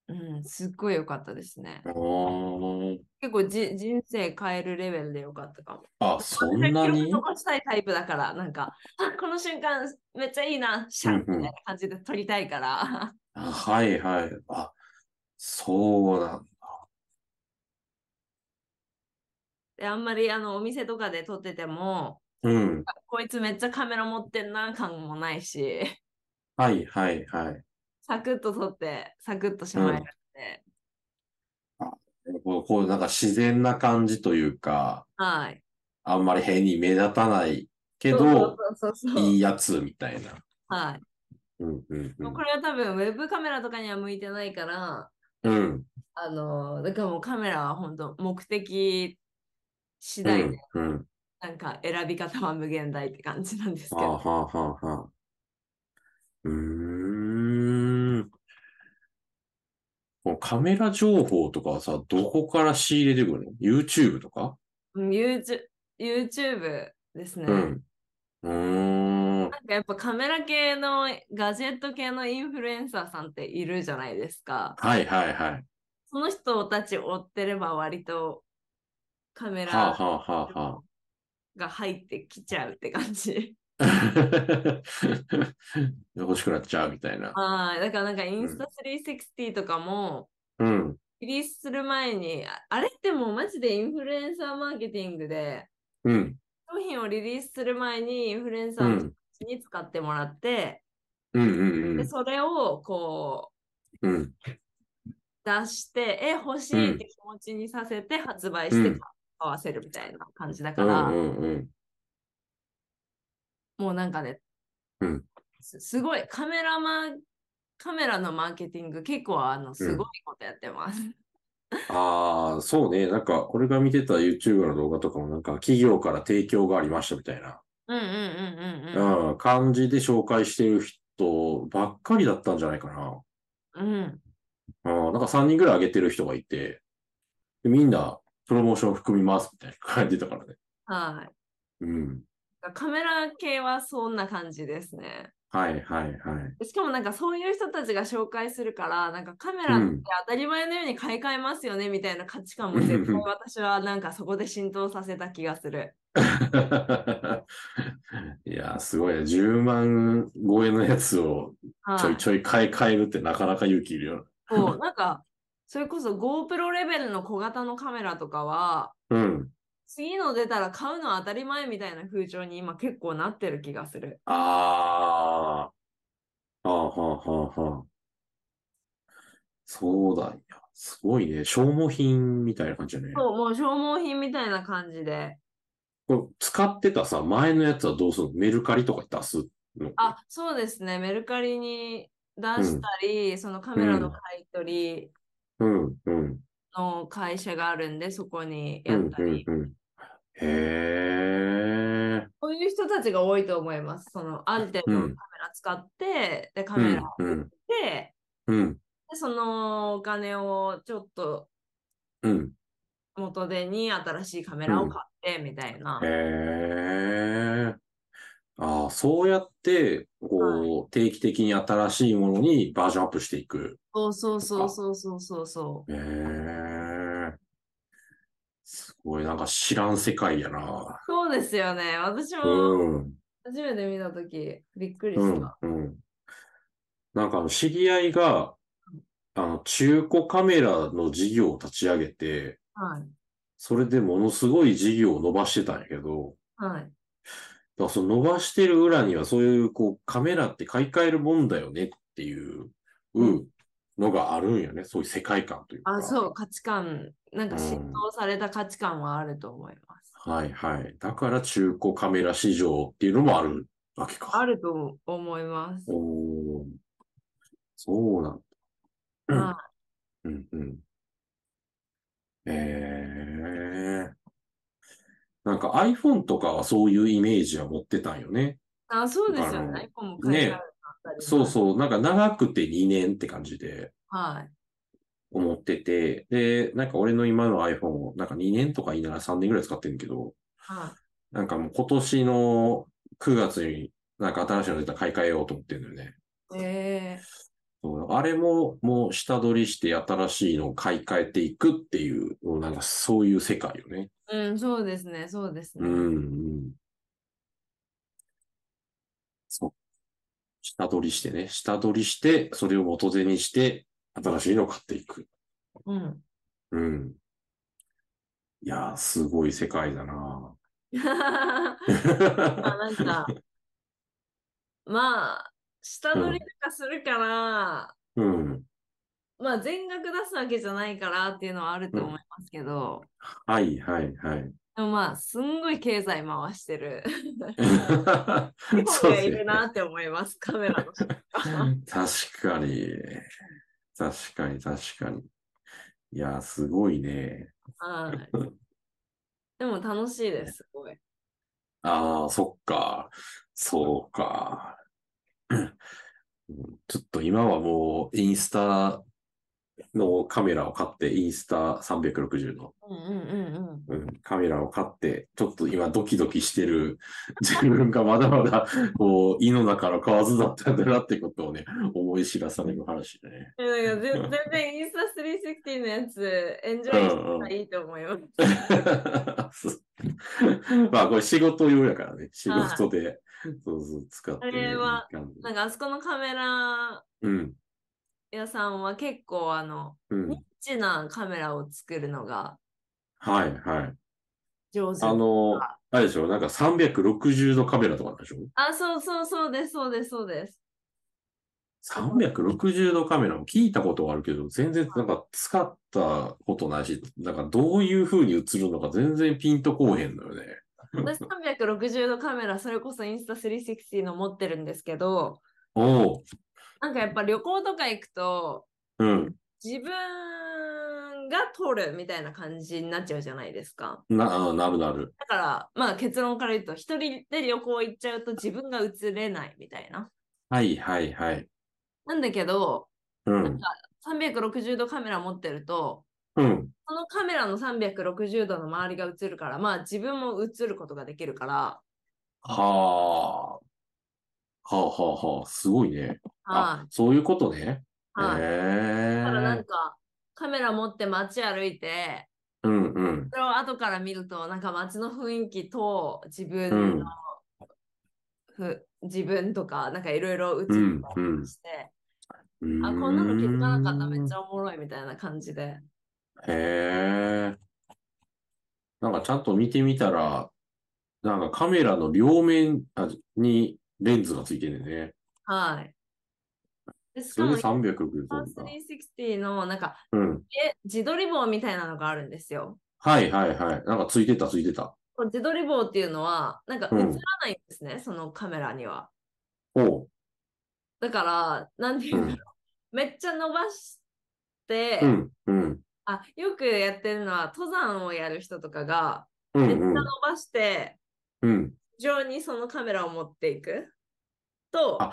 [SPEAKER 1] うん、すっごい良かったですね。
[SPEAKER 2] おー
[SPEAKER 1] 結構じ人生変えるレベルで良かったかも。
[SPEAKER 2] あ、そんな
[SPEAKER 1] 記
[SPEAKER 2] に
[SPEAKER 1] 録残したいタイプだから、なんか、あ、この瞬間めっちゃいいな、シャンみ
[SPEAKER 2] う
[SPEAKER 1] たい
[SPEAKER 2] んうん
[SPEAKER 1] な感じで撮りたいから。 (laughs)
[SPEAKER 2] あはいはい。あ、そうなん
[SPEAKER 1] で、あんまりあのお店とかで撮ってても、
[SPEAKER 2] うん。
[SPEAKER 1] こいつめっちゃカメラ持ってんな感もないし、
[SPEAKER 2] はいはいはい。
[SPEAKER 1] サクッと撮って、サクッとしまえるんで、
[SPEAKER 2] こう、こうなんか自然な感じというか、
[SPEAKER 1] はい。
[SPEAKER 2] あんまり変に目立たないけ
[SPEAKER 1] そう
[SPEAKER 2] ど、
[SPEAKER 1] そうそうそう
[SPEAKER 2] いいやつみたいな。
[SPEAKER 1] はい。
[SPEAKER 2] うんうんう
[SPEAKER 1] もうんこ。れは多分、ウェブカメラとかには向いてないから、
[SPEAKER 2] うん
[SPEAKER 1] あの、だからもうカメラは本当目的次
[SPEAKER 2] う
[SPEAKER 1] 第で、
[SPEAKER 2] んうん。
[SPEAKER 1] なんか選び方は無限大って感じなんですけ
[SPEAKER 2] はあ
[SPEAKER 1] ど、
[SPEAKER 2] はあはあはあ。うーん。こうカメラ情報とかはさ、どこから仕入れてくるの ?YouTube とか
[SPEAKER 1] うん YouTube, YouTube ですね。
[SPEAKER 2] うん。うーん。
[SPEAKER 1] なんかやっぱカメラ系のガジェット系のインフルエンサーさんっているじゃないですか。
[SPEAKER 2] はいはいはい。
[SPEAKER 1] その人たち追ってれば割とカメ
[SPEAKER 2] はあ
[SPEAKER 1] ラ
[SPEAKER 2] はあはあは (laughs)
[SPEAKER 1] が入ってきちゃうって感じ。
[SPEAKER 2] 欲しくなっちゃうみたいな。
[SPEAKER 1] はい。だからなんかインスタ360とかも、
[SPEAKER 2] うん。
[SPEAKER 1] リリースする前に、ああれってもうマジでインフルエンサーマーケティングで、
[SPEAKER 2] うん。
[SPEAKER 1] 商品をリリースする前にインフルエンサ
[SPEAKER 2] う
[SPEAKER 1] ー
[SPEAKER 2] ん。
[SPEAKER 1] に使ってもらって、
[SPEAKER 2] うんうんう
[SPEAKER 1] で
[SPEAKER 2] ん。
[SPEAKER 1] それをこう
[SPEAKER 2] うん。
[SPEAKER 1] 出して、え、欲しいって気持ちにさせて発売して
[SPEAKER 2] うん
[SPEAKER 1] 買わせるみたいな感じだ
[SPEAKER 2] う
[SPEAKER 1] から、
[SPEAKER 2] んうんうん。
[SPEAKER 1] もうなんかね、
[SPEAKER 2] うん
[SPEAKER 1] す、すごいカメラマン、カメラのマーケティング結構あのすごいことやってます。 (laughs)
[SPEAKER 2] ああ、そうね。なんか、俺が見てた YouTuber の動画とかも、なんか、企業から提供がありましたみたいな、
[SPEAKER 1] うんうんうんうん
[SPEAKER 2] うん、感じで紹介してる人ばっかりだったんじゃないかな。
[SPEAKER 1] うん。うん。
[SPEAKER 2] うん、なんか3人ぐらい上げてる人がいて、でみんな、プロモーション含みますみたいな感じだからね。
[SPEAKER 1] はい。
[SPEAKER 2] うん。
[SPEAKER 1] カメラ系はそんな感じですね。
[SPEAKER 2] はいはいはい。
[SPEAKER 1] しかもなんかそういう人たちが紹介するから、なんかカメラっ
[SPEAKER 2] う
[SPEAKER 1] て当
[SPEAKER 2] ん
[SPEAKER 1] たり前のように買い替えますよねみたいな価値観も絶
[SPEAKER 2] (laughs)
[SPEAKER 1] 対私はなんかそこで浸透させた気がする。
[SPEAKER 2] (laughs) いやー、すごいね。10万超えのやつをちょ
[SPEAKER 1] はいい。
[SPEAKER 2] ちょい買い替えるってなかなか勇気いるよ。
[SPEAKER 1] そう、なんかそれこそ GoPro レベルの小型のカメラとかは、
[SPEAKER 2] うん。
[SPEAKER 1] 次の出たら買うのは当たり前みたいな風潮に今結構なってる気がする。
[SPEAKER 2] ああ。はあはあはあはあ。そうだよ。すごいね。消耗品みたいな感じだね。
[SPEAKER 1] そう、もう消耗品みたいな感じで。
[SPEAKER 2] これ使ってたさ、前のやつはどうするのメルカリとかに出すの
[SPEAKER 1] あ、そうですね。メルカリに出したり、そのカメラの買い取り
[SPEAKER 2] うん、うん、
[SPEAKER 1] の会社があるんで、そこに
[SPEAKER 2] う
[SPEAKER 1] やっ
[SPEAKER 2] ん、
[SPEAKER 1] た
[SPEAKER 2] う
[SPEAKER 1] り。
[SPEAKER 2] ん、うん。へえ。
[SPEAKER 1] そういう人たちが多いと思います。そのある程度のカ
[SPEAKER 2] う
[SPEAKER 1] メ
[SPEAKER 2] ん
[SPEAKER 1] ラ使って、で、カ
[SPEAKER 2] う
[SPEAKER 1] メラ
[SPEAKER 2] ん
[SPEAKER 1] を、
[SPEAKER 2] う
[SPEAKER 1] 売っ
[SPEAKER 2] ん、
[SPEAKER 1] て、
[SPEAKER 2] うん、
[SPEAKER 1] でそのお金をちょっと
[SPEAKER 2] うん。
[SPEAKER 1] 元手に新しいカメラを買ってみたいな。
[SPEAKER 2] へえ。ああ、そうやって、こう、定期的に新しいものにバージョンアップしていく。
[SPEAKER 1] そうそうそうそうそうそうそう。
[SPEAKER 2] へえ。すごい、なんか知らん世界やな。
[SPEAKER 1] そうですよね。私
[SPEAKER 2] う
[SPEAKER 1] も
[SPEAKER 2] ん、
[SPEAKER 1] 初めて見たとき、びっくり
[SPEAKER 2] う
[SPEAKER 1] し
[SPEAKER 2] ん
[SPEAKER 1] た。、
[SPEAKER 2] うん。なんかあの、知り合いが、あの、中古カメラの事業を立ち上げて、
[SPEAKER 1] はい。
[SPEAKER 2] それでものすごい事業を伸ばしてたんやけど、
[SPEAKER 1] はい。
[SPEAKER 2] だからその伸ばしてる裏にはそういうこうカメラって買い替えるもんだよねっていう
[SPEAKER 1] うん
[SPEAKER 2] のがあるんよね。そういう世界観というか。
[SPEAKER 1] あ、そう、価値観、なんか
[SPEAKER 2] うん
[SPEAKER 1] 浸透された価値観はあると思います。
[SPEAKER 2] はいはい。だから中古カメラ市場っていうのもあるわけか。
[SPEAKER 1] あると思います。
[SPEAKER 2] おーそうなんだ。うん
[SPEAKER 1] は
[SPEAKER 2] うんうん。えー。なんか iPhone とかはそういうイメージは持ってたんよね。
[SPEAKER 1] いあ、そうですよ
[SPEAKER 2] あの
[SPEAKER 1] ね。iPhone も買い替えるの当たり前
[SPEAKER 2] そうそう。なんか長くて2年って感じで。
[SPEAKER 1] はい。
[SPEAKER 2] 思ってて、で、なんか俺の今の iPhone を、なんか2年とか言いながら3年ぐらい使ってるけど、
[SPEAKER 1] は
[SPEAKER 2] なんかもう今年の9月になんか新しいの出たら買い替えようと思ってるんだよね。
[SPEAKER 1] い。え
[SPEAKER 2] そうあれももう下取りして新しいのを買い替えていくっていう、なんかそういう世界よね。
[SPEAKER 1] ー、うん、そうですね、そうです
[SPEAKER 2] う
[SPEAKER 1] ね。
[SPEAKER 2] ん、うん。そう。下取りしてね。下取りして、それを元手にして、新しいのを買っていく。
[SPEAKER 1] うん。 (laughs)
[SPEAKER 2] うん。いやー、すごい世界
[SPEAKER 1] (laughs)
[SPEAKER 2] だな
[SPEAKER 1] まあ、なん
[SPEAKER 2] (laughs)
[SPEAKER 1] か、まあ、下取りとかするから、
[SPEAKER 2] うん。
[SPEAKER 1] まあ、全額出すわけじゃないからっていうのはあると思いますけど、
[SPEAKER 2] はい、はい、はい。
[SPEAKER 1] でもまあ、すんごい経済回して
[SPEAKER 2] (laughs)
[SPEAKER 1] る。日本が
[SPEAKER 2] そうで
[SPEAKER 1] い
[SPEAKER 2] す
[SPEAKER 1] る
[SPEAKER 2] ね。
[SPEAKER 1] なって思います、カメラの人。
[SPEAKER 2] 確かに。確かに、確かに。いやー、すごいね。 (laughs)
[SPEAKER 1] はい。でも楽しいです、すごい。
[SPEAKER 2] ああ、そっか。そうか。うんちょっと今はもう、インスタのカメラを買って、インスタ360の。
[SPEAKER 1] うんうんうん
[SPEAKER 2] (laughs)
[SPEAKER 1] うん。
[SPEAKER 2] うん、カメラを買って、ちょっと今ドキドキしてる (laughs) 自分がまだまだ、こう、井の中の蛙だったんだなってことをね、思い知らされる話でね。 (laughs)
[SPEAKER 1] いやなんか全全然インスタ360のやつ、エンジョイしたらいいと思います。
[SPEAKER 2] (laughs) まあ、これ仕事用やからね。仕事でそうそう、使って、ね。
[SPEAKER 1] あれは
[SPEAKER 2] いい感じ
[SPEAKER 1] なんかあそこのカメラ
[SPEAKER 2] うん、
[SPEAKER 1] 屋さんは結構あの、
[SPEAKER 2] うん。
[SPEAKER 1] ニッチなカメラを作るのが
[SPEAKER 2] はい、はい。
[SPEAKER 1] 上手。
[SPEAKER 2] あの、あれでしょ、なんか360度カメラとかなんでしょ
[SPEAKER 1] あ、そうそうそうです、そうです、そうです。
[SPEAKER 2] 360度カメラも聞いたことはあるけど、全然なんか使ったことないし、なんかどういう風に映るのか全然ピンとこうへんのよね。 (laughs)
[SPEAKER 1] 私360度カメラ、それこそインスタ360の持ってるんですけど、
[SPEAKER 2] おう、
[SPEAKER 1] なんかやっぱ旅行とか行くと、
[SPEAKER 2] うん。
[SPEAKER 1] 自分が撮るみたいな感じになっちゃうじゃないですか。
[SPEAKER 2] な、あなるなる。
[SPEAKER 1] だから、まあ結論から言うと、一人で旅行行っちゃうと自分が映れないみたいな。
[SPEAKER 2] はいはいはい。
[SPEAKER 1] なんだけど、
[SPEAKER 2] うん。
[SPEAKER 1] 360度カメラ持ってると、
[SPEAKER 2] うん。
[SPEAKER 1] そのカメラの360度の周りが映るから、まあ自分も映ることができるから、
[SPEAKER 2] はあ。はあはあはあ。すごいね。
[SPEAKER 1] は
[SPEAKER 2] あ、そういうことね。
[SPEAKER 1] い、はい。だからな
[SPEAKER 2] へ
[SPEAKER 1] んか、カメラ持って街歩いて、
[SPEAKER 2] え。うんうん。
[SPEAKER 1] それを後から見ると、なんか街の雰囲気と自
[SPEAKER 2] う
[SPEAKER 1] 分
[SPEAKER 2] ん
[SPEAKER 1] の。ふ自分とか、なんかいろいろ映っ
[SPEAKER 2] うん
[SPEAKER 1] たりとかして、
[SPEAKER 2] うん。
[SPEAKER 1] あ、こんなの気づかなかった、めっちゃおもろいみたいな感じで。
[SPEAKER 2] へえ。なんかちゃんと見てみたら、なんかカメラの両面あにレンズがついてるね。
[SPEAKER 1] はい。でし
[SPEAKER 2] そ
[SPEAKER 1] か
[SPEAKER 2] れ
[SPEAKER 1] も
[SPEAKER 2] で、360度か。
[SPEAKER 1] 360のなんか、
[SPEAKER 2] うん。
[SPEAKER 1] え自撮り棒みたいなのがあるんですよ。
[SPEAKER 2] はいはいはい。なんかついてたついてた。
[SPEAKER 1] こう自撮り棒っていうのは、なんか映
[SPEAKER 2] う
[SPEAKER 1] ら
[SPEAKER 2] ん
[SPEAKER 1] ないんですね、そのカメラには。
[SPEAKER 2] おう。
[SPEAKER 1] だから、なんていうんだろう。めっちゃ伸ばして、
[SPEAKER 2] うんうん
[SPEAKER 1] あ、よくやってるのは、登山をやる人とかが、
[SPEAKER 2] う
[SPEAKER 1] めっちゃ
[SPEAKER 2] ん
[SPEAKER 1] 伸ばして、
[SPEAKER 2] うんうん。
[SPEAKER 1] 上にそのカメラを持っていくと、
[SPEAKER 2] あ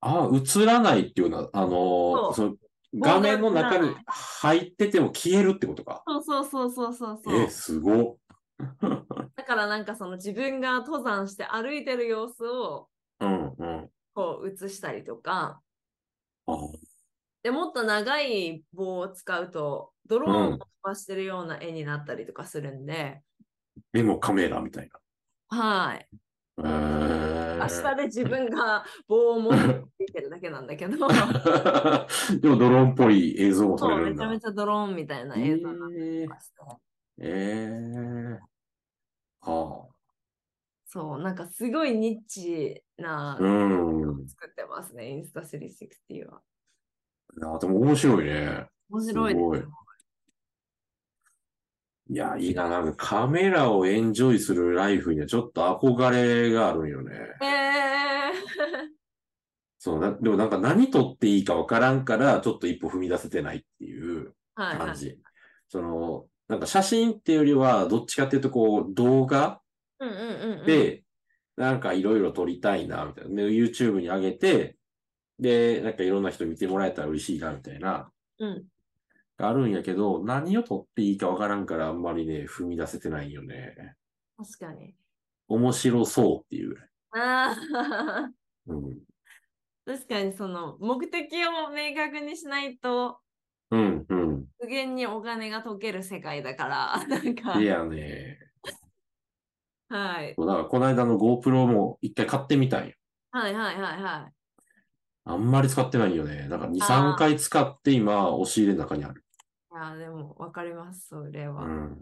[SPEAKER 2] あ、映らないっていうのは、あのー
[SPEAKER 1] そう
[SPEAKER 2] その画面の中
[SPEAKER 1] 映
[SPEAKER 2] に
[SPEAKER 1] ら
[SPEAKER 2] 入ってても消えるってことか。
[SPEAKER 1] そうそうそうそうそうそう。
[SPEAKER 2] えー、すご。
[SPEAKER 1] だからなんかその自分が登山して歩いてる様子を
[SPEAKER 2] うんうん。
[SPEAKER 1] こう映したりとか、
[SPEAKER 2] あ
[SPEAKER 1] でもっと長い棒を使うと、ドローンを飛ばしてるような絵になったりとかするんで、
[SPEAKER 2] でもカメラみたい
[SPEAKER 1] はい。
[SPEAKER 2] な。へえ
[SPEAKER 1] 明日で自分が棒を持っていてるだけなんだけ
[SPEAKER 2] (laughs)
[SPEAKER 1] ど、
[SPEAKER 2] (laughs) でもドローンっぽい映像も撮
[SPEAKER 1] そ
[SPEAKER 2] れ
[SPEAKER 1] うめ
[SPEAKER 2] るん
[SPEAKER 1] ちゃ
[SPEAKER 2] だ
[SPEAKER 1] め。ちゃドローンみたいな映像になって
[SPEAKER 2] えー
[SPEAKER 1] ました。
[SPEAKER 2] えーあ
[SPEAKER 1] そう、なんかすごいニッチな
[SPEAKER 2] あ、うん。
[SPEAKER 1] 作ってますね、インスタ360は。
[SPEAKER 2] あでも面白いね。
[SPEAKER 1] 面白いです
[SPEAKER 2] すごいいや、いいな。なんかカメラをエンジョイするライフにはちょっと憧れがあるんよね。
[SPEAKER 1] ね。え
[SPEAKER 2] そうな、でもなんか何撮っていいかわからんから、ちょっと一歩踏み出せてないっていう
[SPEAKER 1] ー、はい、は
[SPEAKER 2] 感
[SPEAKER 1] い。
[SPEAKER 2] じ。その、なんか写真っていうよりは、どっちかっていうとこう、動画
[SPEAKER 1] うんうんうんうん、
[SPEAKER 2] で、なんかいろいろ撮りたいな、みたいな。で YouTube に上げて、で、なんかいろんな人見てもらえたら嬉しいな、みたいな、
[SPEAKER 1] うん、
[SPEAKER 2] があるんやけど、何を撮っていいかわからんから、あんまりね、踏み出せてないよね。
[SPEAKER 1] 確かに。
[SPEAKER 2] 面白そうっていうぐらい。
[SPEAKER 1] あー (laughs)
[SPEAKER 2] うん。
[SPEAKER 1] 確かにその目的を明確にしないと
[SPEAKER 2] うん、うん。
[SPEAKER 1] 無限にお金が解ける世界だから、なんか、
[SPEAKER 2] いやね。
[SPEAKER 1] はい、
[SPEAKER 2] そうだから、この間の GoPro も一回買ってみたんよ。
[SPEAKER 1] はいはいはいはい。
[SPEAKER 2] あんまり使ってないよね。なんか2、
[SPEAKER 1] あー
[SPEAKER 2] 3回使って今、押し入れの中にある。
[SPEAKER 1] いやー、でも分かります、それ
[SPEAKER 2] う
[SPEAKER 1] は。
[SPEAKER 2] ん。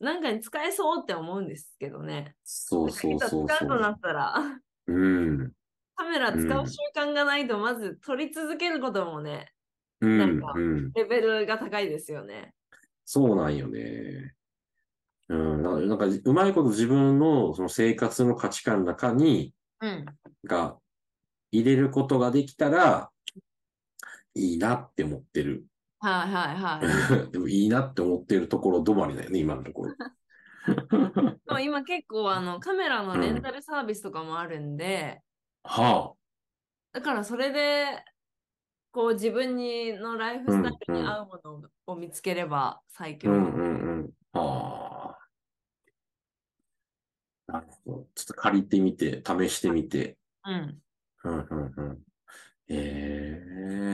[SPEAKER 1] なんかに使えそうって思うんですけどね。
[SPEAKER 2] そうそう
[SPEAKER 1] だけ
[SPEAKER 2] そ
[SPEAKER 1] ど
[SPEAKER 2] う
[SPEAKER 1] 使
[SPEAKER 2] そう
[SPEAKER 1] となっ
[SPEAKER 2] う。
[SPEAKER 1] たら、 (laughs)
[SPEAKER 2] うん。
[SPEAKER 1] カメラ使
[SPEAKER 2] う
[SPEAKER 1] うん習慣がないと、まず撮り続けることもね、
[SPEAKER 2] うん
[SPEAKER 1] なんか、
[SPEAKER 2] うん。
[SPEAKER 1] レベルが高いですよね。
[SPEAKER 2] そうなんよね。うん、ななんか、うまいこと自分のその生活の価値観の中に、
[SPEAKER 1] うん。
[SPEAKER 2] が、入れることができたら、いいなって思ってる。 (laughs)
[SPEAKER 1] はいはいはい。
[SPEAKER 2] でも、いいなって思ってるところ止まりだよね、今のところ。
[SPEAKER 1] (laughs) でも今結構あのカメラの
[SPEAKER 2] うん
[SPEAKER 1] レンタルサービスとかもあるんで、
[SPEAKER 2] は
[SPEAKER 1] だからそれでこう自分にのライフスタイルに合うものを見つければ最
[SPEAKER 2] あ。
[SPEAKER 1] 強。
[SPEAKER 2] うんうんうん。はあ。なるほど。ちょっと借りてみて、試してみて。
[SPEAKER 1] うん
[SPEAKER 2] うんうんうん。え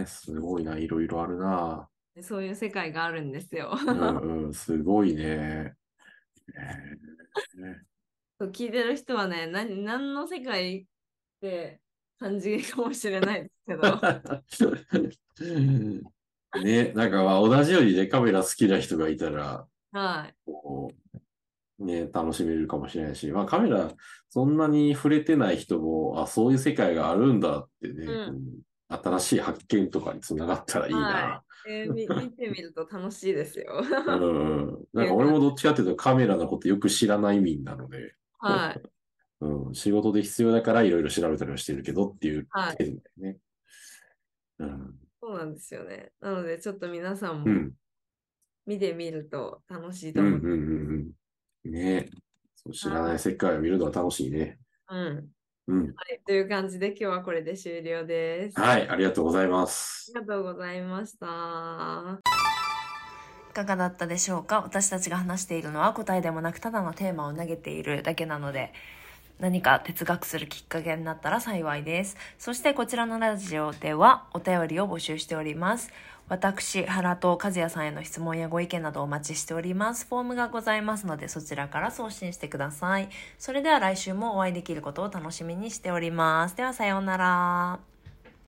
[SPEAKER 2] えすごいな、いろいろあるな。
[SPEAKER 1] でそういう世界があるんですよ。
[SPEAKER 2] (laughs) うんうん、すごいね。え
[SPEAKER 3] そう聞いてる人はね、何何の世界って感じかもしれないです
[SPEAKER 2] (laughs)
[SPEAKER 3] けど、
[SPEAKER 2] ね、なんかまあ同じようにね、カメラ好きな人がいたら、
[SPEAKER 3] はい。
[SPEAKER 2] こう、ね、楽しめるかもしれないし、まあカメラ、そんなに触れてない人も、あ、そういう世界があるんだってね、
[SPEAKER 3] う
[SPEAKER 2] こう新しい発見とかにつながったらいいな。
[SPEAKER 3] え
[SPEAKER 2] (laughs)
[SPEAKER 3] ーみ見てみると楽しいですよ。
[SPEAKER 2] うん。 (laughs) なんか俺もどっちかっていうとカメラのことよく知らない民なので、
[SPEAKER 3] はい。
[SPEAKER 2] うん、仕事で必要だからいろいろ調べたりはしてるけどっていう
[SPEAKER 3] はい。
[SPEAKER 2] 程度だよね。うん。
[SPEAKER 3] そうなんですよね。なので、ちょっと皆さんも
[SPEAKER 2] うん。
[SPEAKER 3] 見てみると楽しいと
[SPEAKER 2] う
[SPEAKER 3] 思
[SPEAKER 2] んう
[SPEAKER 3] い
[SPEAKER 2] んうんうん。ねそう知らない世界を見るのは楽しいね。
[SPEAKER 3] ます。うん。
[SPEAKER 2] うん。
[SPEAKER 3] はい。という感じで、今日はこれで終了です。あ
[SPEAKER 2] はい、ありがとうございます
[SPEAKER 3] り。がとうございました。
[SPEAKER 1] いかがだったでしょうか私たちが話しているのは答えでもなくただのテーマを投げているだけなので何か哲学するきっかけになったら幸いですそしてこちらのラジオではお便りを募集しております私原と和也さんへの質問やご意見などお待ちしておりますフォームがございますのでそちらから送信してくださいそれでは来週もお会いできることを楽しみにしておりますではさようなら